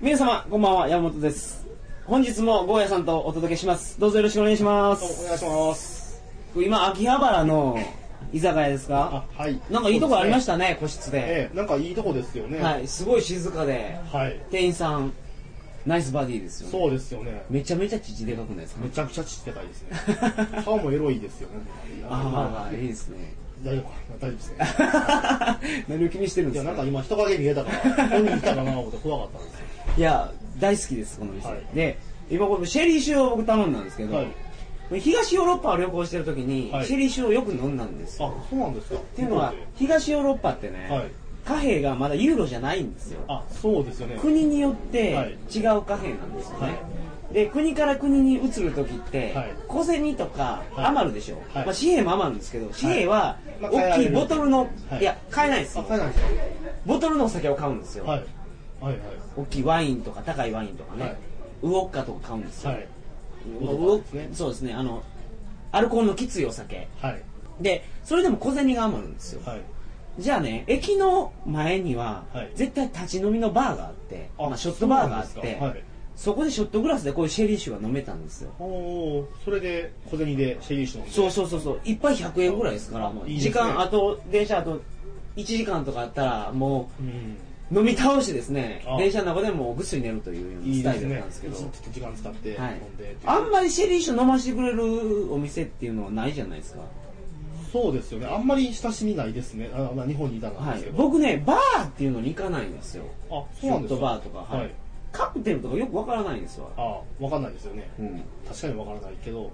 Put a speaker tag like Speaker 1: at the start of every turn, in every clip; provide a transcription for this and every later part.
Speaker 1: 皆様こんばんは山本です本日もゴーヤさんとお届けしますどうぞよろしくお願いしま
Speaker 2: どうもお
Speaker 1: す
Speaker 2: 願いします。
Speaker 1: 今秋葉原の居酒屋ですか
Speaker 2: あ、はい。。
Speaker 1: なんかいいとこありましたたね個室で、
Speaker 2: ええ、なんかいいとこですよね。
Speaker 1: はいすごい静かで
Speaker 2: はい。
Speaker 1: 店員さんナイスバディですよね
Speaker 2: そうですよね。
Speaker 1: めちゃめちゃ父でかくないですか
Speaker 2: めちゃくちゃちってたいです ね。顔もエロいですよね。
Speaker 1: ああいいですね
Speaker 2: 大丈夫かな大丈夫ですね。
Speaker 1: 何を気にしてるん
Speaker 2: い
Speaker 1: で
Speaker 2: や、
Speaker 1: す
Speaker 2: なん
Speaker 1: か
Speaker 2: か今人影見えたから、本人来たかなと思って怖かったんですよ。
Speaker 1: いや大好きですこの店、
Speaker 2: はい
Speaker 1: で今これシェリー酒を僕頼んだんですけど、
Speaker 2: はい
Speaker 1: 東ヨーロッパを旅行してる時に、
Speaker 2: はい
Speaker 1: シェリー酒をよく飲んだんですよ
Speaker 2: あ、そうなんですか。っ
Speaker 1: っていうのは東ヨーロッパってね、
Speaker 2: はい
Speaker 1: 貨幣がまだユーロじゃないんですよ
Speaker 2: あ、そうですよね。
Speaker 1: 国によって
Speaker 2: はい
Speaker 1: 違う貨幣なんですよね、
Speaker 2: はい
Speaker 1: で国から国に移る時って、
Speaker 2: はい
Speaker 1: 小銭とか
Speaker 2: はい
Speaker 1: 余るでしょ、
Speaker 2: はい
Speaker 1: まあ、紙幣も余るんですけど紙幣は
Speaker 2: まあ変えら
Speaker 1: 大
Speaker 2: れ
Speaker 1: きい
Speaker 2: る
Speaker 1: ボトルの、
Speaker 2: はい
Speaker 1: い、や買えないです
Speaker 2: あ、
Speaker 1: よ
Speaker 2: 帰らないですか
Speaker 1: ボトルのお酒を買うんですよ、
Speaker 2: はい。はい
Speaker 1: 大きいワインとか高いワインとかね、
Speaker 2: はい
Speaker 1: ウォッカとか買うんですよ、
Speaker 2: はい。はい。
Speaker 1: まあ
Speaker 2: ウォッカですね
Speaker 1: そうですねあのアルコールのきついお酒
Speaker 2: はい。
Speaker 1: でそれでも小銭が余るんですよ、
Speaker 2: はい。
Speaker 1: じゃあね駅の前には、
Speaker 2: はい
Speaker 1: 絶対立ち飲みのバーがあって
Speaker 2: あ
Speaker 1: まあ、ショットバーがあっ
Speaker 2: そうなんで
Speaker 1: て
Speaker 2: す
Speaker 1: そ,、
Speaker 2: かはい
Speaker 1: こでショットグラスでこういうシェリー酒が飲めたんですよ
Speaker 2: おお、それで小銭でシェリー酒飲んで。
Speaker 1: そうそうそうそう一杯100円ぐらいですからもう
Speaker 2: いいです
Speaker 1: 時
Speaker 2: ね
Speaker 1: 間あと電車あと1時間とかあったらも
Speaker 2: うん。
Speaker 1: う飲み倒してですね
Speaker 2: あ
Speaker 1: 電車の中でもうぐっすり寝るというようないス
Speaker 2: い
Speaker 1: タ
Speaker 2: で
Speaker 1: イ
Speaker 2: す
Speaker 1: ルだっ
Speaker 2: ね
Speaker 1: たんですけ。ど
Speaker 2: ちょっと時間使って飲
Speaker 1: はい
Speaker 2: んでっていう。、
Speaker 1: あんまりシェリー酒飲ましてくれるお店っていうのはないじゃないですか、
Speaker 2: そうですよね。あんまり親しみないですね。あまあ、日本にいたなん
Speaker 1: は
Speaker 2: で
Speaker 1: い
Speaker 2: すけ、ど。
Speaker 1: 僕ねバーっていうのに行かないんですよ
Speaker 2: あ、
Speaker 1: ショットバーとか、
Speaker 2: はい。
Speaker 1: はい、カクテルとかよくわからないんですよ、
Speaker 2: あ、わかんないですよね。
Speaker 1: うん、
Speaker 2: 確かにわからないけど。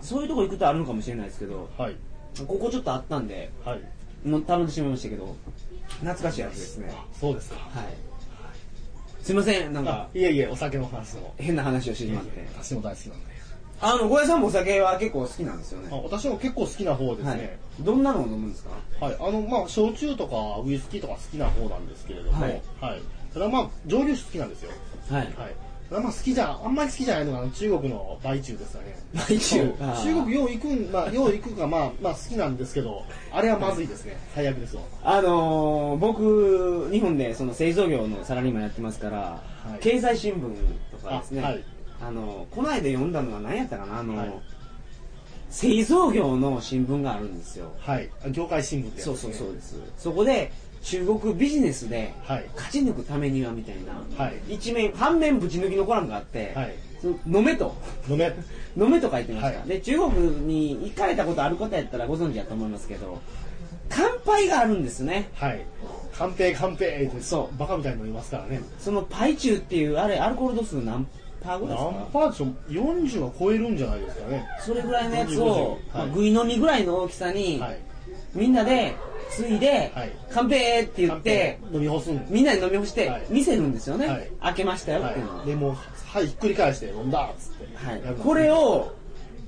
Speaker 1: そういうとこ行くとあるのかもしれないですけど
Speaker 2: はい。
Speaker 1: ここちょっとあったんで
Speaker 2: はい。
Speaker 1: の頼んでしまいましたけど懐かしいやつですね
Speaker 2: あそうですか。
Speaker 1: はいすいませんなん
Speaker 2: あ
Speaker 1: か、
Speaker 2: いえいえ、お酒の話を。
Speaker 1: 変な話をしてしまっ
Speaker 2: いえい
Speaker 1: て
Speaker 2: え私も大好きなんで。
Speaker 1: あの小屋さんもお酒は結構好きなんですよ
Speaker 2: あ、
Speaker 1: ね
Speaker 2: 私も結構好きな方です
Speaker 1: はい
Speaker 2: ね。
Speaker 1: どんなのを飲むんですか
Speaker 2: はい。あの、まあ、焼酎とかウイスキーとか好きな方なんですけれども。
Speaker 1: は
Speaker 2: はいい。ただまあ、蒸留酒好きなんですよ。
Speaker 1: はい
Speaker 2: はい。ただまあ好きじゃ、あんまり好きじゃないのがあの中国の売中ですよね。
Speaker 1: 毎
Speaker 2: そ
Speaker 1: 週
Speaker 2: う中国よう行くん、まあ、よう行くが、まあ、まあ、好きなんですけど、あれはまずいですね。最悪ですわ。
Speaker 1: あのー僕、日本でその製造業のサラリーマンやってますから、
Speaker 2: い
Speaker 1: 経済新聞とかですね、あ、
Speaker 2: あはい
Speaker 1: のーこの間読んだのが何やったかな、あのー
Speaker 2: はい
Speaker 1: 製造業の新聞があるんですよ。
Speaker 2: はい。業界新聞で、
Speaker 1: そうそうそうです。そこで、中国ビジネスで
Speaker 2: はい
Speaker 1: 勝ち抜くためにはみたいな、
Speaker 2: はい
Speaker 1: 一面、半面ぶち抜きのコラムがあって、
Speaker 2: はい
Speaker 1: その飲めと。
Speaker 2: 飲め。
Speaker 1: 飲めと書いてました、
Speaker 2: はい
Speaker 1: で中国に行かれたことある方やったらご存知やと思いますけど乾杯があるんですね
Speaker 2: はい。乾杯乾杯って、
Speaker 1: そう
Speaker 2: バカみたいに飲みますからね。
Speaker 1: そのパイチューっていうあれアルコール度数何パーぐらいです
Speaker 2: 何
Speaker 1: か
Speaker 2: パーでしょ ?40 は超えるんじゃないですかね。
Speaker 1: それぐらいのやつを、
Speaker 2: 50
Speaker 1: まあ
Speaker 2: はい
Speaker 1: ぐい飲みぐらいの大きさに、
Speaker 2: はい。
Speaker 1: みんなでついで
Speaker 2: はい
Speaker 1: 「乾杯!」って言って
Speaker 2: 乾杯飲み干すんです。
Speaker 1: みんなに飲み干して
Speaker 2: はい
Speaker 1: 見せるんですよね、
Speaker 2: はい
Speaker 1: 開けましたよっていうのは、
Speaker 2: はい。で、もう、はい、ひっくり返して飲んだっつって。
Speaker 1: はい
Speaker 2: やるんです
Speaker 1: これ。を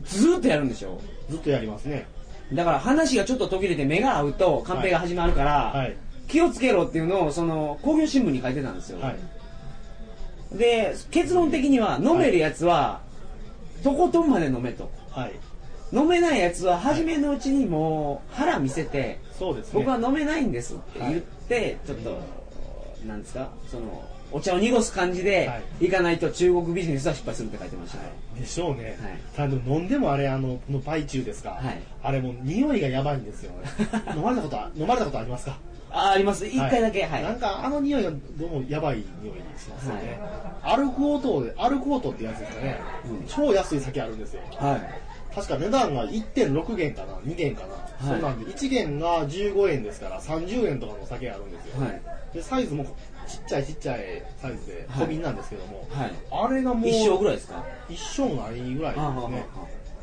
Speaker 1: ずーっとやるんでしょ
Speaker 2: ずっとやりますね。
Speaker 1: だから話がちょっと途切れて目が合うとカンペが始まるから、
Speaker 2: はい。
Speaker 1: 気をつけろっていうのをその工業新聞に書いてたんですよ、
Speaker 2: はい。
Speaker 1: で結論的には飲めるやつは、とことんまで飲めと
Speaker 2: はい。
Speaker 1: 飲めないやつは初めのうちにもう腹見せて
Speaker 2: そうですね。
Speaker 1: 僕は飲めないんですって言ってちょっとなんですかそのお茶を濁す感じで
Speaker 2: はい
Speaker 1: 行かないと中国ビジネスは失敗するって書いてましたね
Speaker 2: でしょうね、
Speaker 1: はい
Speaker 2: ただでも飲んでもあれあのこのパイチューですか、
Speaker 1: はい
Speaker 2: あれもう匂いがやばい んですよね飲まれたことは飲まれたことありますか
Speaker 1: ああります一回だけはい、
Speaker 2: なんかあの匂いがどうもやばい匂いしますよね、アルコートでアルコートってやつですかね、
Speaker 1: うん
Speaker 2: 超安い酒あるんですよ
Speaker 1: はい
Speaker 2: 確か値段が1.6元かな2元かな、
Speaker 1: い
Speaker 2: そうなんで1元が15円ですから30円とかの酒あるんですよ、
Speaker 1: はい
Speaker 2: でサイズもちっちゃいちっちゃいサイズで
Speaker 1: はい
Speaker 2: 小瓶なんですけども、
Speaker 1: はい
Speaker 2: あれがもう
Speaker 1: 一生ぐらいですか
Speaker 2: 一生ないぐらい
Speaker 1: あ
Speaker 2: ですね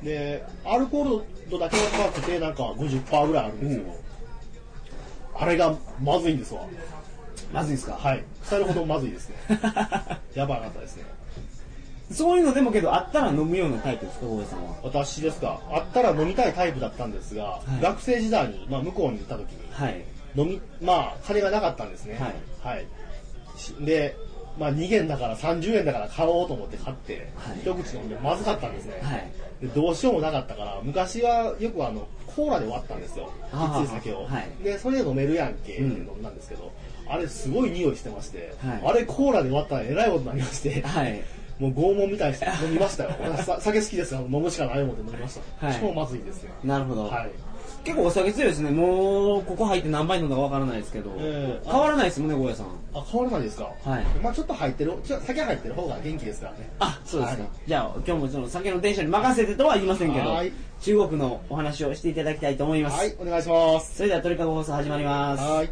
Speaker 2: でアルコール度だけが高くてなんか50%ぐらいあるんですよ、あれがまずいんですわ
Speaker 1: まずいですか
Speaker 2: はい腐るほどまずいですね やばかったですね
Speaker 1: そういうのでもけどあったら飲むようなタイプですか大江さんは
Speaker 2: 私ですかあったら飲みたいタイプだったんですが、
Speaker 1: い
Speaker 2: 学生時代に、まあ、向こうにいた時に
Speaker 1: はい
Speaker 2: 飲みまあ金がなかったんですねはい、しでまあ2元だから30円だから買おうと思って買って、
Speaker 1: はい
Speaker 2: 一口飲んでまずかったんですね、
Speaker 1: はい
Speaker 2: でどうしようもなかったから昔はよくあのコーラで割ったんですよ
Speaker 1: あー
Speaker 2: きつい酒を、
Speaker 1: はい
Speaker 2: でそれで飲めるやんけって
Speaker 1: うん
Speaker 2: 飲んだんですけど、あれすごい匂いしてまして、
Speaker 1: はい
Speaker 2: あれコーラで割ったらえらいことになりまして、
Speaker 1: はい
Speaker 2: もう拷問みたいにして飲みましたよ 私さ酒好きですから飲むしかないもんで飲みました、
Speaker 1: はい
Speaker 2: 超まずいですよ
Speaker 1: なるほど、
Speaker 2: はい
Speaker 1: 結構お酒強いですねもうここ入って何杯飲んだかわからないですけど、
Speaker 2: ええ
Speaker 1: 変わらないですもんねゴーヤさん
Speaker 2: あ変わらないですか
Speaker 1: はい
Speaker 2: まあちょっと入ってるちょ酒入ってる方が元気ですからね
Speaker 1: あそうですか、
Speaker 2: はい
Speaker 1: じゃあ今日もその酒のテンションに任せてとは言いませんけど
Speaker 2: はい
Speaker 1: 中国のお話をしていただきたいと思います、
Speaker 2: はいお願いします
Speaker 1: それではトリカゴ放送始まります
Speaker 2: はい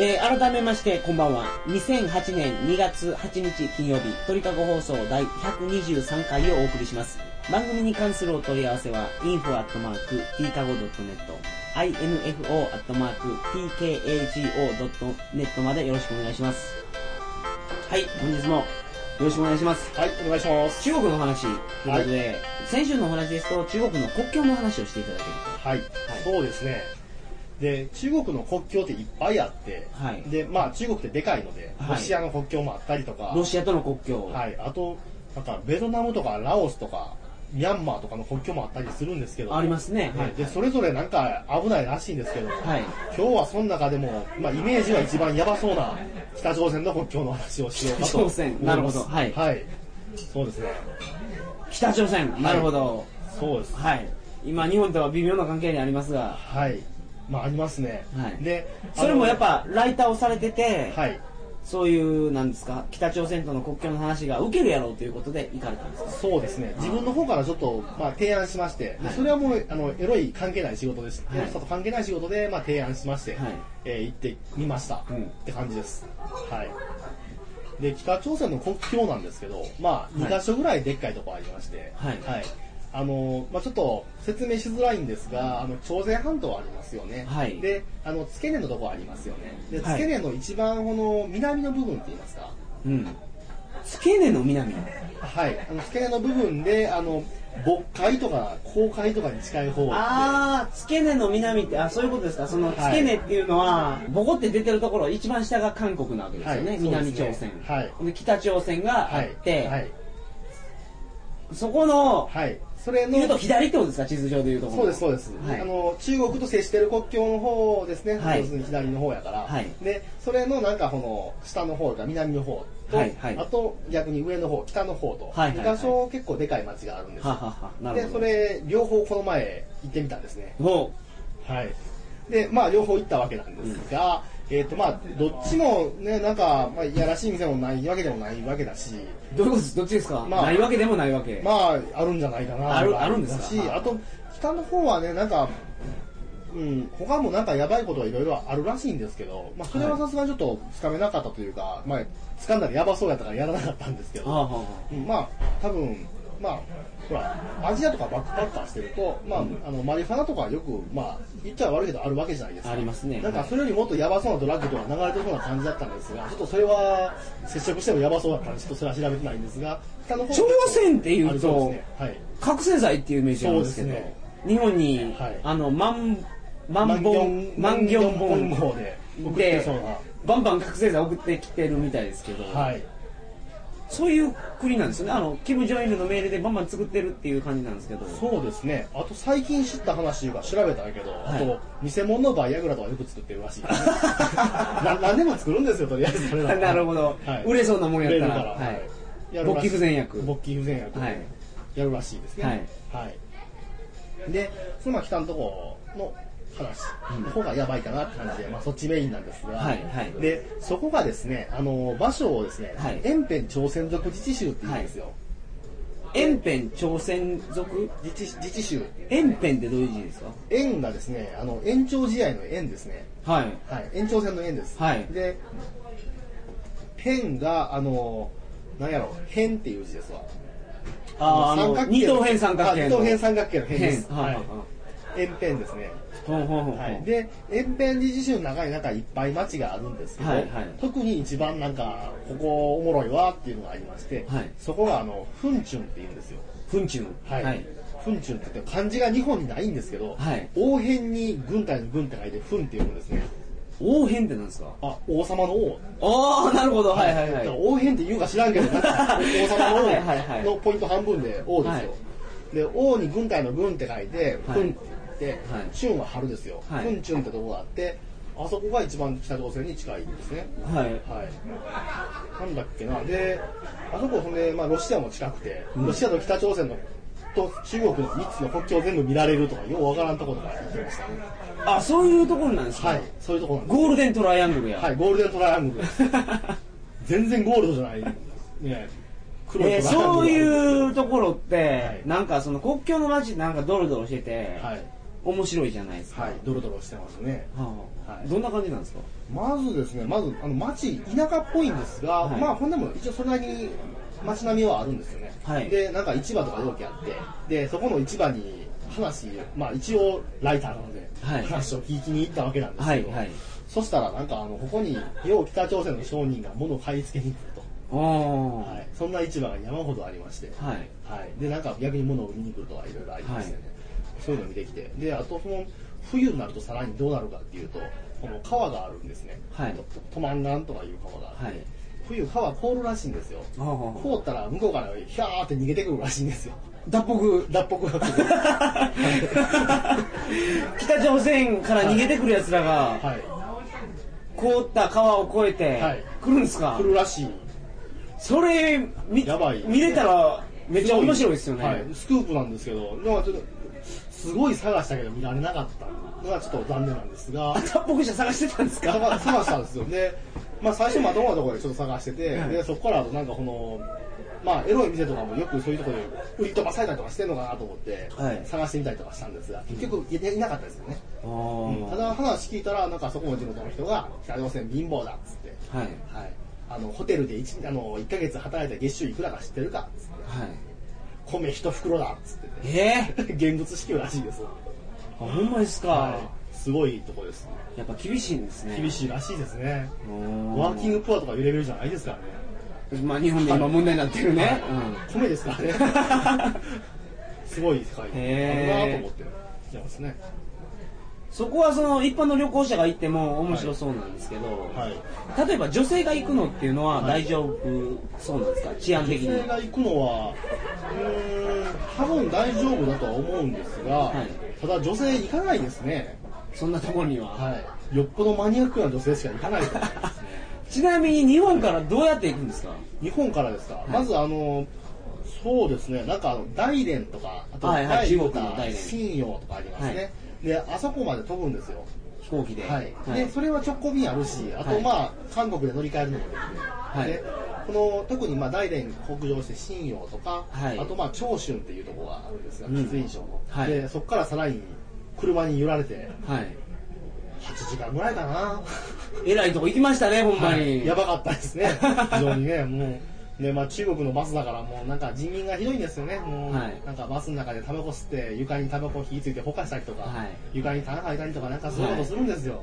Speaker 1: えー改めましてこんばんは2008年2月8日金曜日鳥かご放送第123回をお送りします番組に関するお問い合わせは info.tkago.net info.tkago.net までよろしくお願いしますはい本日もよろしくお願いします
Speaker 2: はいお願いします
Speaker 1: 中国の話ということで、先週のお話ですと中国の国境の話をしていただける
Speaker 2: はい、そうですねで中国の国境っていっぱいあって、
Speaker 1: はい
Speaker 2: でまあ中国ってでかいので、
Speaker 1: はい
Speaker 2: ロシアの国境もあったりとか
Speaker 1: とロシアとの国境
Speaker 2: はい、あとなんかベトナムとかラオスとかミャンマーとかの国境もあったりするんですけど
Speaker 1: ありますね
Speaker 2: ね
Speaker 1: はい
Speaker 2: でそれぞれなんか危ないらしいんですけど、
Speaker 1: はい
Speaker 2: 今日はその中でも、まあ、イメージは一番やばそうな北朝鮮の国境の話をしようかと
Speaker 1: 北朝鮮なるほど
Speaker 2: 思います
Speaker 1: はい
Speaker 2: はい、そうですね
Speaker 1: 北朝鮮なるほど、
Speaker 2: そうです
Speaker 1: はい。今、日本とは微妙な関係にありますが、
Speaker 2: はいまあありますね、
Speaker 1: はい
Speaker 2: で
Speaker 1: それもやっ
Speaker 2: あ
Speaker 1: ぱ、ライターをされてて、
Speaker 2: のはい
Speaker 1: そういう、なんですか、北朝鮮との国境の話が受けるやろうということで行かれたんですか
Speaker 2: そうですね自分の方からちょっと、まあ、提案しまして、で
Speaker 1: はい
Speaker 2: それはもうあのエロい関係ない仕事です、
Speaker 1: はい
Speaker 2: エロさと関係ない仕事で、まあ、提案しまして、
Speaker 1: はい
Speaker 2: えー行ってみました、
Speaker 1: うん
Speaker 2: って感じですはいで北朝鮮の国境なんですけど、まあ、
Speaker 1: はい
Speaker 2: 2箇所ぐらいでっかいとこありまして、
Speaker 1: はい
Speaker 2: あのまあ、ちょっと説明しづらいんですがあの朝鮮半島ありますよね、
Speaker 1: はい
Speaker 2: であの付け根のとこありますよねで
Speaker 1: はい
Speaker 2: 付け根の一番この南の部分って言いますか、
Speaker 1: うん。付け根の南
Speaker 2: はい、あの付け根の部分で、あの、牧海とか公海とかに近い方。
Speaker 1: あー、付け根の南って、あ、そういうことですか。その、付
Speaker 2: はい
Speaker 1: け根っていうのは、ボコって出てるところ、一番下が韓国なわけですよね。
Speaker 2: はい
Speaker 1: 南
Speaker 2: そう
Speaker 1: 朝
Speaker 2: です
Speaker 1: 鮮
Speaker 2: ね。はい
Speaker 1: で北朝鮮が
Speaker 2: は
Speaker 1: あっ
Speaker 2: い、
Speaker 1: て、
Speaker 2: はい、
Speaker 1: そこの、
Speaker 2: はい、それの
Speaker 1: 言う。と左ってことですか、地図上で言うと。
Speaker 2: そうです、そうです、
Speaker 1: はい
Speaker 2: あの、中国と接してる国境の方ですね。
Speaker 1: はい
Speaker 2: 要するに左の方やから、
Speaker 1: はい
Speaker 2: で、それのなんかこの下の方か南の方と、
Speaker 1: はいはい
Speaker 2: あと逆に上の方、北の方と、
Speaker 1: はいはいはい
Speaker 2: 二箇所結構でかい町があるんです
Speaker 1: は
Speaker 2: よ。
Speaker 1: はは。なる
Speaker 2: で、
Speaker 1: ほ
Speaker 2: そ
Speaker 1: ど。
Speaker 2: れ両方この前行ってみたんですね。
Speaker 1: ほ
Speaker 2: はい。で、まあ、両方行ったわけなんですが、えっ、と、まあ、どっちもね、なんか、まあ、いやらしい店もないわけでもないわけだし、
Speaker 1: うどういうことですどっちですか、
Speaker 2: まあ
Speaker 1: ないわけでもないわけ。
Speaker 2: まあ、あるんじゃないかな。
Speaker 1: ある
Speaker 2: ま
Speaker 1: あるんですか
Speaker 2: し
Speaker 1: はい
Speaker 2: あと、北の方はね、なんか、うん、他もなんかやばいことはいろいろあるらしいんですけど、まあ、それはさすがにちょっとつかめなかったというか、まあ、つかんだらやばそうやったからやらなかったんですけど、
Speaker 1: はあはあはあ
Speaker 2: うんまあ、多分まあ、ほら、アジアとかバックパッカーしてると、まあ、あの、マリファナとかよく、まあ、言っちゃ悪いけどあるわけじゃないですか。
Speaker 1: ありますね
Speaker 2: なんか、
Speaker 1: はい
Speaker 2: それよりもっとやばそうなドラッグとか流れてるような感じだったんですが、ちょっとそれは、接触してもやばそうだったんで、ちょっとそれは調べてないんですが、北の方
Speaker 1: 朝鮮っていうと
Speaker 2: あそうですね。はい。
Speaker 1: 覚醒剤っていうイメージなんですけど
Speaker 2: そうですね
Speaker 1: 日本に、
Speaker 2: はい
Speaker 1: あの万万本万
Speaker 2: 万
Speaker 1: 行
Speaker 2: 行
Speaker 1: 本
Speaker 2: 本号で送って
Speaker 1: で
Speaker 2: そう
Speaker 1: バンバン覚醒剤送ってきてるみたいですけど、
Speaker 2: な。はい。
Speaker 1: そういう国なんですよねあのキム・ジョンイルの命令でバンバン作ってるっていう感じなんですけど
Speaker 2: そうですね。あと最近知った話というか調べたけど、
Speaker 1: はい
Speaker 2: あと、偽物のバイアグラとかよく作って るらしいですね。な何でも作るんですよ、とりあえずそれだったら。
Speaker 1: なるほど売れそうなもんやったら
Speaker 2: 売れる
Speaker 1: はい
Speaker 2: いやるらし
Speaker 1: 勃起
Speaker 2: い
Speaker 1: 不全薬
Speaker 2: 勃起不全薬。
Speaker 1: はい
Speaker 2: やるらしいですね。はい。で、そのまあ北のとこの話の方がやばいかなって感じで、まあそっちメインなんですが、
Speaker 1: はいはい
Speaker 2: で、そこがですね、あの、場所をですね、
Speaker 1: はい
Speaker 2: 延辺朝鮮族自治州って言うんですよ。
Speaker 1: 延辺朝鮮族
Speaker 2: 自治自治州。
Speaker 1: 延辺ってどういう字ですか
Speaker 2: 円がですね、あの延長試合の円ですね。
Speaker 1: はい
Speaker 2: はい、延長戦の円です。
Speaker 1: はい
Speaker 2: で、辺が、あの、なんやろ、辺っていう字ですわ。
Speaker 1: あーあの二等辺三角形の
Speaker 2: あ二等辺三角形の辺です。
Speaker 1: 辺はいはい
Speaker 2: い。円辺ですね。
Speaker 1: ほんほんほんほん
Speaker 2: はい、で、延辺自治州の中になんかいっぱい町があるんですけど、
Speaker 1: はいはい
Speaker 2: 特に一番なんか、ここおもろいわっていうのがありまして、
Speaker 1: はい
Speaker 2: そこがあの、フンチュンって言うんですよ。
Speaker 1: フンチュン
Speaker 2: はい。フンチュンって言って漢字が日本にないんですけど、
Speaker 1: はい
Speaker 2: 応変に軍隊の軍って書いてフンって読むんですね。
Speaker 1: 王編ってなんですか
Speaker 2: あ、王様の王。
Speaker 1: ああ、なるほど。はいはい
Speaker 2: だ
Speaker 1: は
Speaker 2: から
Speaker 1: い。
Speaker 2: 王編って言うか知らんけど、なんか王様の王
Speaker 1: はいはいはい
Speaker 2: のポイント半分で王ですよ。
Speaker 1: は
Speaker 2: で、王に軍隊の軍って書いて、
Speaker 1: はい
Speaker 2: 軍って
Speaker 1: はい、
Speaker 2: 春は春ですよ。
Speaker 1: はい
Speaker 2: 軍春ってとこがあって、あそこが一番北朝鮮に近いんですね。
Speaker 1: はい。
Speaker 2: はい。なんだっけな。で、あそこほんで、まあロシアも近くて、ロシアと北朝鮮の、と中国の3つの国境全部見られるとか、ようわからんところから行ってましたね。
Speaker 1: あ、そういうところなんですか
Speaker 2: はい。そういうところなんです。
Speaker 1: ゴールデントライアングルや。
Speaker 2: はい、ゴールデントライアングルです。全然ゴールドじゃない。ね、黒い
Speaker 1: えー
Speaker 2: トライアング
Speaker 1: そう
Speaker 2: ル
Speaker 1: いうところって、
Speaker 2: はい
Speaker 1: なんかその国境の街なんかドロドロしてて、
Speaker 2: はい、
Speaker 1: 面白いじゃないですか。
Speaker 2: はい、ドロドロしてますね。
Speaker 1: はあ
Speaker 2: はい
Speaker 1: どんな感じなんですか
Speaker 2: まずですね、まず、あの、町、田舎っぽいんですが、
Speaker 1: はい
Speaker 2: まあ、ほんでも、一応それなりに街並みはあるんですよね。
Speaker 1: はい
Speaker 2: で、なんか市場とか容器あって、で、そこの市場に話、まあ、一応ライターなので、
Speaker 1: はい
Speaker 2: 話を聞きに行ったわけなんです
Speaker 1: は
Speaker 2: け
Speaker 1: い
Speaker 2: ど、
Speaker 1: はい。
Speaker 2: そしたら、なんか、あの、ここに、よう北朝鮮の商人が物を買い付けに来る
Speaker 1: ああ、
Speaker 2: と、はい、そんな市場が山ほどありまして、
Speaker 1: はい。
Speaker 2: はい、でなんか逆に物を売りに来るとかいろいろありましたよね、そういうの見てきてであとその冬になるとさらにどうなるかっていうとこの川があるんですね、
Speaker 1: はい
Speaker 2: とトマンガンとかいう川があって、
Speaker 1: はい
Speaker 2: 冬川凍るらしいんですよ
Speaker 1: ああ
Speaker 2: 凍ったら向こうからヒャーって逃げてくるらしいんですよ
Speaker 1: 脱北。
Speaker 2: 脱北が 来る
Speaker 1: 北朝鮮から逃げてくる奴らが、
Speaker 2: は
Speaker 1: 凍った川を越えて
Speaker 2: はい、
Speaker 1: 来るんですか、
Speaker 2: い来るらしい
Speaker 1: それ見、
Speaker 2: やばい
Speaker 1: 見れたら、めっちゃ面白いですよね。
Speaker 2: はい、スクープなんですけどなんかちょっとすごい探したけど見られなかったのがちょっと残念なんですが
Speaker 1: あ脱北者探してたんですか
Speaker 2: 探探したんですよで、まあ、最初まともなところでちょっと探してて、
Speaker 1: はい
Speaker 2: でそこからあとなんかこのまあエロい店とかもよくそういうところで売り飛ばされたりとかしてるのかなと思って、
Speaker 1: はい
Speaker 2: 探してみたりとかしたんですが結局いいなかったですよね、
Speaker 1: あ
Speaker 2: た
Speaker 1: ー
Speaker 2: だ話聞いたらなんかそこの地元の人が北朝鮮貧乏だっつって、
Speaker 1: はい。
Speaker 2: はい、あのホテルで 1, あの一ヶ月働いた月収いくらか知ってるかっつって
Speaker 1: はい。
Speaker 2: 米一袋だっつってて
Speaker 1: え え
Speaker 2: 現物支給らしいです、
Speaker 1: あ、ほんまですか、
Speaker 2: はい、すごいとこです
Speaker 1: やっぱ厳しいんですね。
Speaker 2: 厳しいらしいですねワ
Speaker 1: ワ
Speaker 2: ーキングプアとかいうレベルじゃないですからね。
Speaker 1: グ。まあ日本で今問題になってるね。
Speaker 2: 米で すからね。すごい世界。
Speaker 1: へー
Speaker 2: あるなと思って来てますね。
Speaker 1: そこはその一般の旅行者が行っても面白そうなんですけど、
Speaker 2: は
Speaker 1: 例えば女性が行くのっていうのは
Speaker 2: は
Speaker 1: 大
Speaker 2: い
Speaker 1: 丈夫そうなんですか治安的
Speaker 2: 女
Speaker 1: に。
Speaker 2: 性が行くのは、うーん、多分大丈夫だとは思うんですが、
Speaker 1: はい
Speaker 2: ただ女性行かないですね。
Speaker 1: そんなところには、
Speaker 2: はい。よっぽどマニアックな女性しか行かないと思いますね。
Speaker 1: ちなみに日本からどうやって行くんですか
Speaker 2: 日本からですか、まずあのそうですねなんかあの大連とかあと
Speaker 1: はいはい
Speaker 2: 大連
Speaker 1: 中国の大連
Speaker 2: 新陽とかありま
Speaker 1: は
Speaker 2: すね、
Speaker 1: い
Speaker 2: であそこまで飛ぶんですよ
Speaker 1: 飛行機で。
Speaker 2: はい、でそれは直行便あるしあ
Speaker 1: は
Speaker 2: と
Speaker 1: い
Speaker 2: まあ、韓国で乗り換えるのもできる、
Speaker 1: い
Speaker 2: でこの特にまあ大連北上して新陽とか、
Speaker 1: はい
Speaker 2: あとまあ長春っていうところがあるんですが
Speaker 1: うん
Speaker 2: 喫煙所の、
Speaker 1: はい
Speaker 2: でそこからさらに車に揺られて
Speaker 1: はい。
Speaker 2: 8時間ぐらいか な
Speaker 1: えらいとこ行きましたね、ほんまに。
Speaker 2: やばかったですね、非常にね、もう、ねまあ、中国のバスだから、もうなんか人民がひどいんですよね、もう、
Speaker 1: はい
Speaker 2: なんかバスの中でタバコ吸って、床にタバコ火ついてほかしたりとか、
Speaker 1: はい
Speaker 2: 床に棚吐いたりとか、なんかそういうことするんですよ、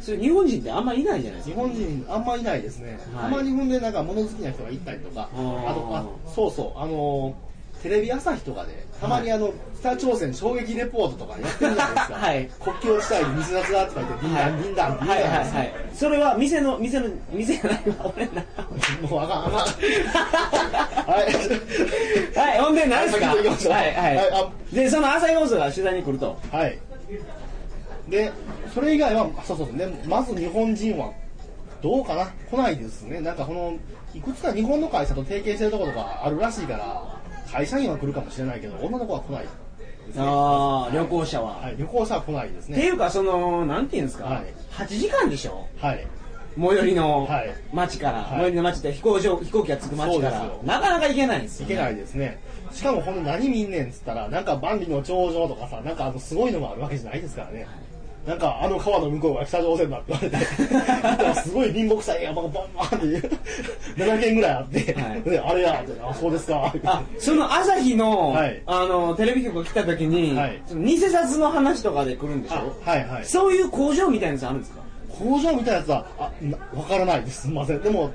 Speaker 1: それ日本人ってあんまりいないじゃないです
Speaker 2: 日
Speaker 1: か。
Speaker 2: 本人、あんまいないですね、
Speaker 1: はい
Speaker 2: たまにほんで、なんか物好きな人が行ったりとか、
Speaker 1: あー
Speaker 2: あとあ、そうそう、あのーテレビ朝日とかで、たまにあの、北朝鮮衝撃レポートとかやってるじゃないですか、
Speaker 1: はい
Speaker 2: 国境地帯に水圧がとか言って、ビンダン、ビンダン、ビン
Speaker 1: はいはい
Speaker 2: ダンですよ
Speaker 1: はい。それは店の、店の、店じゃないわ、俺な。
Speaker 2: もうあ かん、あかん。はい。
Speaker 1: はい、ほんで何ですか
Speaker 2: はい先行きましょう
Speaker 1: はいは
Speaker 2: はい
Speaker 1: い。で、その朝日放送が取材に来ると。
Speaker 2: はい。で、それ以外は、そうそう、ね、まず日本人は、どうかな来ないですね。なんかこの、いくつか日本の会社と提携してるところとかあるらしいから、会社員は来るかもしれないけど、女の子は来ないですね。
Speaker 1: ああ、旅行者は。
Speaker 2: はい、旅行者は来ないです
Speaker 1: ってい
Speaker 2: ね。
Speaker 1: うか、その、なんていうんですか、
Speaker 2: はい
Speaker 1: 8時間でしょ
Speaker 2: はい。
Speaker 1: 最寄りの
Speaker 2: はい
Speaker 1: 町から、
Speaker 2: はい
Speaker 1: 最寄りの町って飛行場、飛行機が着く町か
Speaker 2: そ
Speaker 1: ら
Speaker 2: うです、よ
Speaker 1: なかなか行けないんです
Speaker 2: い
Speaker 1: よ、
Speaker 2: けないですね。しかもほんで何見んねんっつったら、なんか万里の長城とかさ、なんかあのすごいのがあるわけじゃないですからね。なんかあの川の向こうが北朝鮮だって言われて、でも すごい貧乏くさい山がバンバン って7軒ぐらいあって、
Speaker 1: はい
Speaker 2: であれやって、あ、そうですか。
Speaker 1: あ、その朝日の、
Speaker 2: はい
Speaker 1: あの、テレビ局が来た時に、
Speaker 2: はい
Speaker 1: その偽札の話とかで来るんでしょ
Speaker 2: あはいはい。
Speaker 1: そういう工場みたいなやつあるんですか
Speaker 2: 工場みたいなやつは、あ、なわからないです。すみません。でも、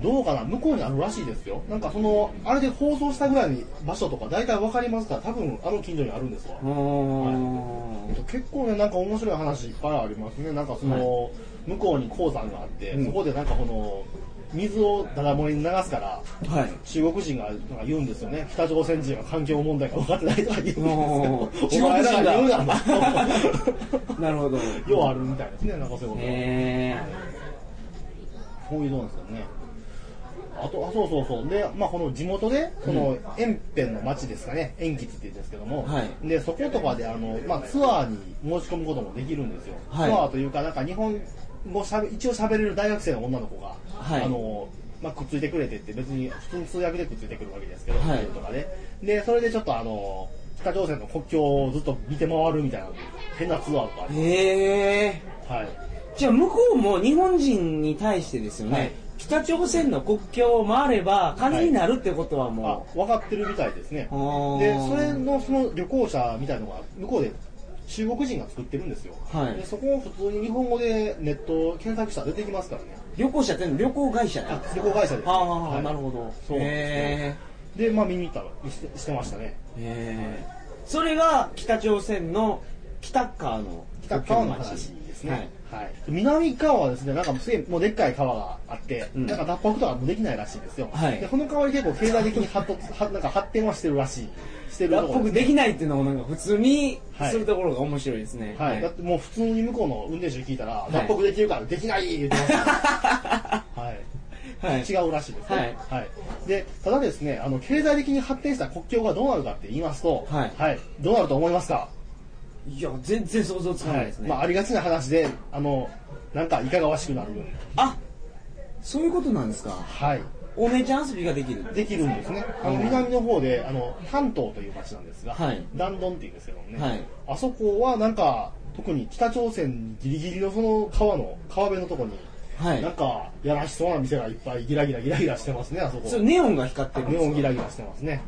Speaker 2: どうかな向こうにあるらしいですよ。なんかその、あれで放送したぐらいに場所とか大体わかりますから、多分あの近所にあるんですわ。
Speaker 1: うん。
Speaker 2: 結構ね、なんか面白い話いっぱいありますね。なんかその、向こうに鉱山があって、
Speaker 1: うん
Speaker 2: そこでなんかこの、水をダダ漏れに流すから、
Speaker 1: はい。
Speaker 2: 中国人がなんか言うんですよね。北朝鮮人は環境問題が分かってないとか言うんですよ。
Speaker 1: おー
Speaker 2: お前 らが言うな
Speaker 1: 中 なるほど。
Speaker 2: ようあるみたいですね、なんかそういうこと。
Speaker 1: へ
Speaker 2: こういうのなんですよね。あと、あ、そうそうそう。で、まあ、この地元で、その、延辺の町ですかね、延吉って言うんですけども、
Speaker 1: はい
Speaker 2: で、そことかで、あの、まあ、ツアーに申し込むこともできるんですよ。
Speaker 1: はい
Speaker 2: ツアーというか、なんか日本語しゃべ、一応喋れる大学生の女の子が、
Speaker 1: はい
Speaker 2: あの、まあ、くっついてくれてって、別に普通に通訳でくっついてくるわけですけど、
Speaker 1: はい
Speaker 2: メールとかで。で、それでちょっとあの、北朝鮮の国境をずっと見て回るみたいな、変なツアーとかあ
Speaker 1: え。
Speaker 2: り
Speaker 1: へえ。
Speaker 2: はい。
Speaker 1: じゃあ向こうも日本人に対してですよね、
Speaker 2: はい
Speaker 1: 北朝鮮の国境を回れば金になるってことは
Speaker 2: あ
Speaker 1: も、
Speaker 2: 分かってるみたいですね。
Speaker 1: う、は
Speaker 2: でそれのその旅行者みたいのが向こうで中国人が作ってるんですよ、
Speaker 1: はい
Speaker 2: でそこを普通に日本語でネット検索したら出てきますからね
Speaker 1: 旅行者っていうのは旅行会社だ
Speaker 2: あ旅行会社です
Speaker 1: はあ、はあはあ
Speaker 2: はい
Speaker 1: なるほど
Speaker 2: そうなんで
Speaker 1: へ
Speaker 2: すねでまあ見に行ったりしてしてましたね
Speaker 1: えへえそれが北朝鮮の北側の
Speaker 2: 北川の話です
Speaker 1: は
Speaker 2: ね
Speaker 1: い、
Speaker 2: はい南川はですねなんかすげえもうでっかい川があって、
Speaker 1: うん
Speaker 2: なんか脱北とかもできないらしいですよ、
Speaker 1: はい
Speaker 2: でこの代わり結構経済的に発達 はなんか発展はしてるらしいしてるところ
Speaker 1: 脱北できないっていうのもなんか普通に
Speaker 2: はい
Speaker 1: するところが面白いですね、
Speaker 2: はい、だってもう普通に向こうの運転手に聞いたら、
Speaker 1: い
Speaker 2: 脱北できるからできない言って ましたよはい
Speaker 1: はい
Speaker 2: 違うらしいですね、はいでただですねあの経済的に発展した国境がどうなるかって言いますと、
Speaker 1: はい
Speaker 2: どうなると思いますか、
Speaker 1: いや全然想像つかないですね、
Speaker 2: まあ、ありがちな話であのなんかいかがわしくなる、
Speaker 1: あそういうことなんですか
Speaker 2: はい、
Speaker 1: お姉ちゃん遊びができる
Speaker 2: できるんですねあの南の方であの丹東という町なんですが、
Speaker 1: はい
Speaker 2: ダンドンっていうんですけどもね、
Speaker 1: はい
Speaker 2: あそこはなんか特に北朝鮮にギリギリのその川の川辺のとこに
Speaker 1: はい
Speaker 2: なんか、やらしそうな店がいっぱいギラギラギラギラしてますね、あそこ。
Speaker 1: それネオンが光ってるん
Speaker 2: ネ
Speaker 1: です
Speaker 2: オ
Speaker 1: か
Speaker 2: ンギラギラしてますね。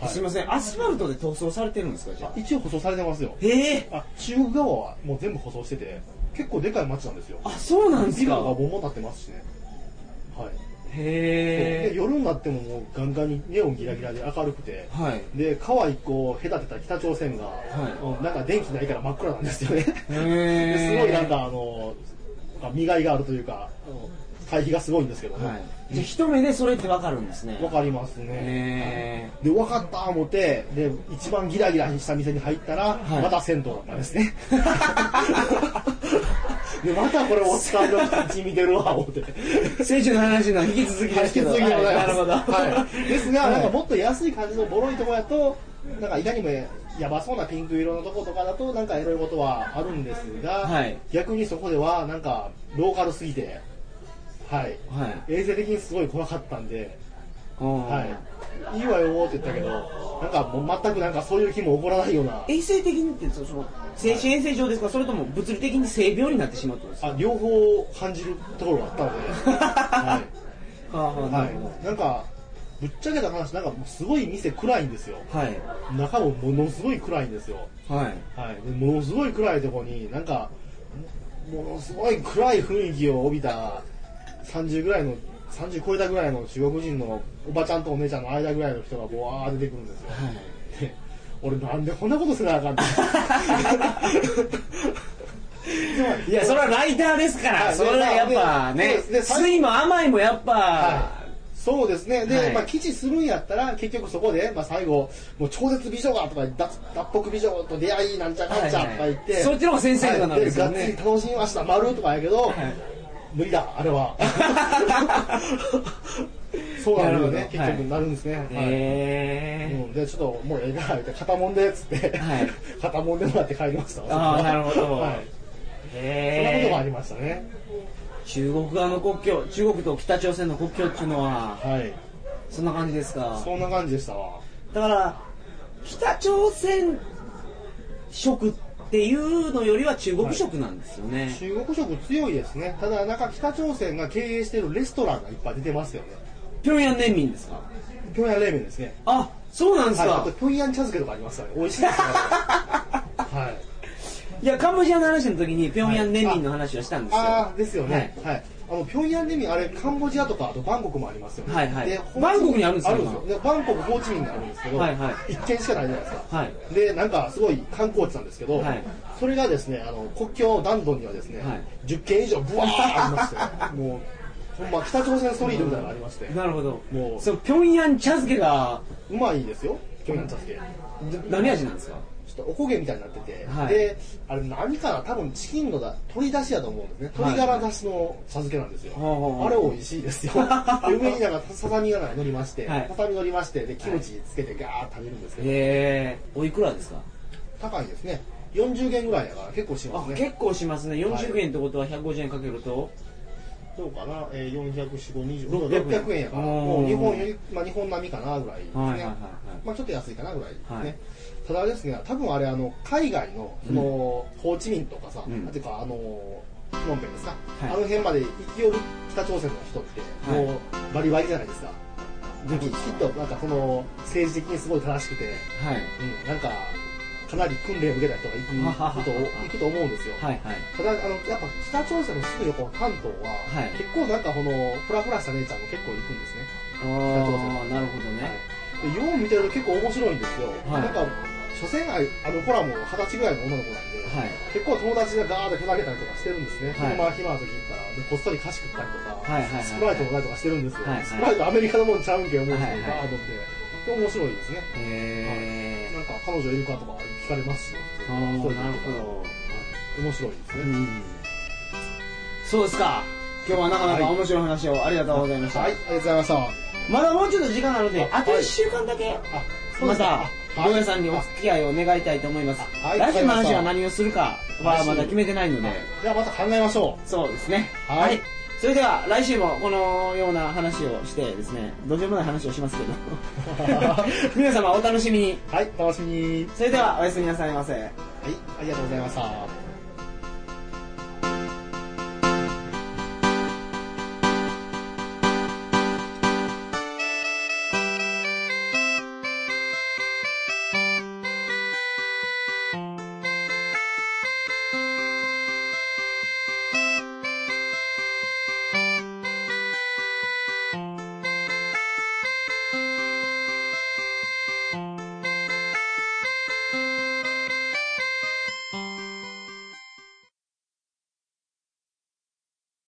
Speaker 2: はい
Speaker 1: すいませんアスファルトで塗装されてるんですかじゃあ
Speaker 2: 一応舗装されてますよ。
Speaker 1: へえ
Speaker 2: あ、中国側はもう全部舗装してて、結構でかい街なんですよ。
Speaker 1: あそうなんです
Speaker 2: ビル
Speaker 1: か
Speaker 2: とかボンボン立ってますしね。はい。で
Speaker 1: へえ
Speaker 2: 夜になってももうガンガンにネオンギラギラで明るくて、
Speaker 1: はい
Speaker 2: で、川一個を隔てた北朝鮮が、
Speaker 1: い
Speaker 2: なんか電気ないから真っ暗なんですよね。
Speaker 1: へー
Speaker 2: ですごいなんかあの、見がいがあるというか、あの対比がすごいんですけども、
Speaker 1: はいじゃあ一目でそれってわかるんですね
Speaker 2: わかりますね。
Speaker 1: へ
Speaker 2: で、わかった思って、で、一番ギラギラした店に入ったら、
Speaker 1: はい
Speaker 2: また銭湯だったんですね。で、またこれおっさんの口見てるわ、思って。
Speaker 1: え先週の話の引き続きですけど
Speaker 2: 引き続きでござ
Speaker 1: は
Speaker 2: います
Speaker 1: いなるほど
Speaker 2: はい。ですが、
Speaker 1: はい
Speaker 2: なんかもっと安い感じのボロいとこやと、なんかいかにもやばそうなピンク色のとことかだと、なんかエロいことはあるんですが、
Speaker 1: はい
Speaker 2: 逆にそこでは、なんかローカルすぎて、はい。
Speaker 1: はい
Speaker 2: 衛生的にすごい怖かったんで、
Speaker 1: うん
Speaker 2: はい、いいわよーって言ったけど、なんかもう全くなんかそういう気も起こらないような、
Speaker 1: 衛生的にってその精神衛生上ですかそれとも物理的に性病になってしまうってことです
Speaker 2: あ両方感じるところがあったので、は
Speaker 1: かはあはい
Speaker 2: はい、なんか、ぶっちゃけた話、なんかもうすごい店暗いんですよ、
Speaker 1: はい
Speaker 2: 中もものすごい暗いんですよ、
Speaker 1: はい
Speaker 2: はい、でものすごい暗いところに、なんか、ものすごい暗い雰囲気を帯びた30ぐらいの、30超えたぐらいの中国人のおばちゃんとお姉ちゃんの間ぐらいの人が、ぼわー出てくるんですよ。
Speaker 1: はい
Speaker 2: って俺なんでこんなことせなあ かんの
Speaker 1: いやそれはライターですから、
Speaker 2: はい
Speaker 1: それはやっぱ
Speaker 2: で
Speaker 1: ね
Speaker 2: そうですで
Speaker 1: 酸いも甘いもやっぱ、
Speaker 2: はいそうですねで、
Speaker 1: はい
Speaker 2: まあ基地するんやったら結局そこで、まあ、最後もう超絶美女がとか脱脱北美女と出会いなんちゃかんちゃとか言って、
Speaker 1: はいはいそっちの方が先生とかなるんですよね
Speaker 2: はいでがっつり楽しみました丸とかやけど、
Speaker 1: い
Speaker 2: 無理だあ れはそうなんだよね結
Speaker 1: なるほど
Speaker 2: 局なるんですね、はい
Speaker 1: へ
Speaker 2: うん、でちょっともうええか言って肩もんでっつって、
Speaker 1: はい
Speaker 2: 肩もんでもらって帰りました
Speaker 1: あーなるほど
Speaker 2: はい
Speaker 1: え
Speaker 2: そんなことがあり
Speaker 1: へえ
Speaker 2: ましたね。
Speaker 1: 中国側の国境中国と北朝鮮の国境っていうのは
Speaker 2: はい。
Speaker 1: そんな感じですか
Speaker 2: そんな感じでしたわ。
Speaker 1: だから北朝鮮食っていうのよりは中国食なんですよね、
Speaker 2: 中国食強いですね。ただ、なんか北朝鮮が経営してるレストランがいっぱい出てますよね。
Speaker 1: 平壌冷麺ですか
Speaker 2: 平壌冷麺ですね。
Speaker 1: あそうなんです
Speaker 2: はい。
Speaker 1: か、
Speaker 2: あと、平壌茶漬けとかありますからね。美味しいですね。はい。
Speaker 1: いや、カンボジアの話の時に、平壌年輪の話をしたんですよ。
Speaker 2: ああですよね、はいあの平壌で見あれカンボジアとかあとバンコクもありますよね、
Speaker 1: はいはい
Speaker 2: でホーチミ
Speaker 1: バンコクにあるんですよ
Speaker 2: あるんですよでバンコクホーチミンにあるんですけど、
Speaker 1: はいは
Speaker 2: 一軒しかないじゃないですか、
Speaker 1: はい
Speaker 2: でなんかすごい観光地なんですけど、
Speaker 1: はい
Speaker 2: それがですねあの国境弾道にはですね、
Speaker 1: はい
Speaker 2: 10軒以上ブワーッありまして、もうほんま北朝鮮ストリートみたいなのがありまして、
Speaker 1: なるほど。
Speaker 2: もう
Speaker 1: そう、平壌茶漬けが、
Speaker 2: うまいですよ平壌茶漬け、
Speaker 1: 何味なんですか
Speaker 2: ちょっとおこげみたいになってて、
Speaker 1: はい
Speaker 2: であれ何かな多分チキンのだ鶏だしやと思うんですね
Speaker 1: はい
Speaker 2: 鶏ガラだしの茶漬けなんですよ、
Speaker 1: ほうほうほう
Speaker 2: あれ美味し いですよで上になんかささみが乗りまして、
Speaker 1: はい
Speaker 2: ささみ乗りましてでキムチつけてガーッと食べるんですけど、
Speaker 1: へえ。おいくらですか
Speaker 2: 高いですね40元ぐらいだから結構しま
Speaker 1: あ
Speaker 2: す、ね
Speaker 1: 結構しますね。
Speaker 2: はい
Speaker 1: 40円ってことは150円かけると、
Speaker 2: どうかな、えー、4 0 4 5 2 0
Speaker 1: 600
Speaker 2: 600円やから
Speaker 1: おー
Speaker 2: もう日本より、まあ、日本並みかなぐらいですね、
Speaker 1: はいはいはいはい
Speaker 2: まあ、ちょっと安いかなぐらいですね、
Speaker 1: はい
Speaker 2: ただですね多分あれあの海外のその、ホーチミンとかさ、
Speaker 1: うん
Speaker 2: あてかあのプノンペンですか、
Speaker 1: い
Speaker 2: あの辺まで行き寄る北朝鮮の人って、
Speaker 1: はい
Speaker 2: もうバリバリじゃないですか
Speaker 1: どういうこ
Speaker 2: き
Speaker 1: とで
Speaker 2: っ
Speaker 1: す
Speaker 2: となんかその政治的にすごい正しくて、
Speaker 1: かはい。
Speaker 2: うん、なんかかなり訓練を受けた人が行くことを行くと思うんですよ、
Speaker 1: はいはい。
Speaker 2: ただあのやっぱ北朝鮮のすぐ横の関東は、
Speaker 1: はい
Speaker 2: 結構なんかこのフラフラした姉ちゃんも結構行くんですね、
Speaker 1: ああ、なるほどね。
Speaker 2: はい、でよう見てると結構面白いんですよ、
Speaker 1: はい
Speaker 2: なんか所詮ああのコラも二十歳ぐらいの女の子なんで、
Speaker 1: はい。
Speaker 2: 結構友達がガーッとふざけたりとかしてるんです
Speaker 1: は
Speaker 2: ね、
Speaker 1: い
Speaker 2: 昼間暇な時行ったらでこっそり菓子食ったりとか、
Speaker 1: はいはいはい
Speaker 2: スプライトもらいとかしてるんですよ、
Speaker 1: はいはい
Speaker 2: スプライトアメリカのもんちゃうんけ思うんです
Speaker 1: は
Speaker 2: け
Speaker 1: い
Speaker 2: ど、
Speaker 1: はい
Speaker 2: ガーッとってで面白いですね
Speaker 1: へえ。
Speaker 2: なんか彼女いるかとか聞かれますし
Speaker 1: ああ、なる
Speaker 2: 一人で
Speaker 1: ほど。
Speaker 2: 面白いですね、
Speaker 1: うんそうですか。今日はなかなか面白い話をありがとうございました。
Speaker 2: はいありがとうございました
Speaker 1: まだもうちょっと時間あるので、
Speaker 2: あ
Speaker 1: あと
Speaker 2: は
Speaker 1: 1
Speaker 2: い
Speaker 1: 週間だけ、
Speaker 2: あそうで
Speaker 1: ます
Speaker 2: か
Speaker 1: た、
Speaker 2: あはい
Speaker 1: 坊やさんにお付き合いを願いたいと思います。
Speaker 2: あはい
Speaker 1: 来週の
Speaker 2: わかりまし
Speaker 1: 話
Speaker 2: た
Speaker 1: は何をするかはまだ決めてないので、
Speaker 2: じゃあまた考えましょ
Speaker 1: そうですね。
Speaker 2: はい
Speaker 1: それでは、来週もこのような話をしてですね、どうでもない話をしますけ ど、皆様お楽しみに。
Speaker 2: う。はい、楽しみに。はい、
Speaker 1: それでは、おやすみなさいませ。
Speaker 2: ありがとうございました。